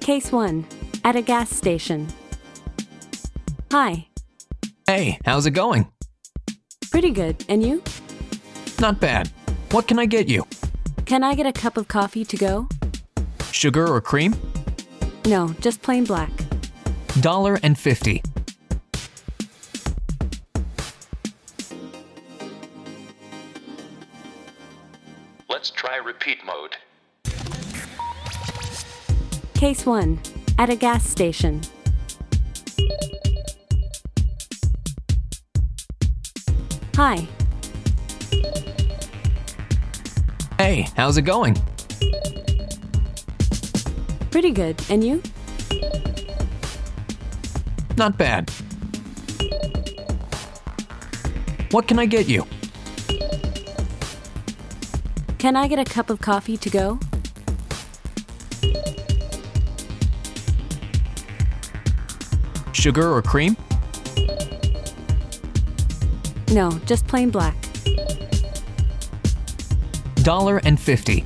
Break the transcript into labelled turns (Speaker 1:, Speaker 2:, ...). Speaker 1: Case 1. At a gas station. Hi.
Speaker 2: Hey, how's it going?
Speaker 1: Pretty good. And you?
Speaker 2: Not bad. What can I get you?
Speaker 1: Can I get a cup of coffee to go?
Speaker 2: Sugar or cream?
Speaker 1: No, just plain black.
Speaker 2: Dollar and fifty.
Speaker 3: Let's try repeat mode.
Speaker 1: Case 1. At a gas station. Hi.
Speaker 2: Hey, how's it going?
Speaker 1: Pretty good. And you?
Speaker 2: Not bad. What can I get you?
Speaker 1: Can I get a cup of coffee to go?
Speaker 2: Sugar or cream?
Speaker 1: No, just plain black.
Speaker 2: Dollar and fifty.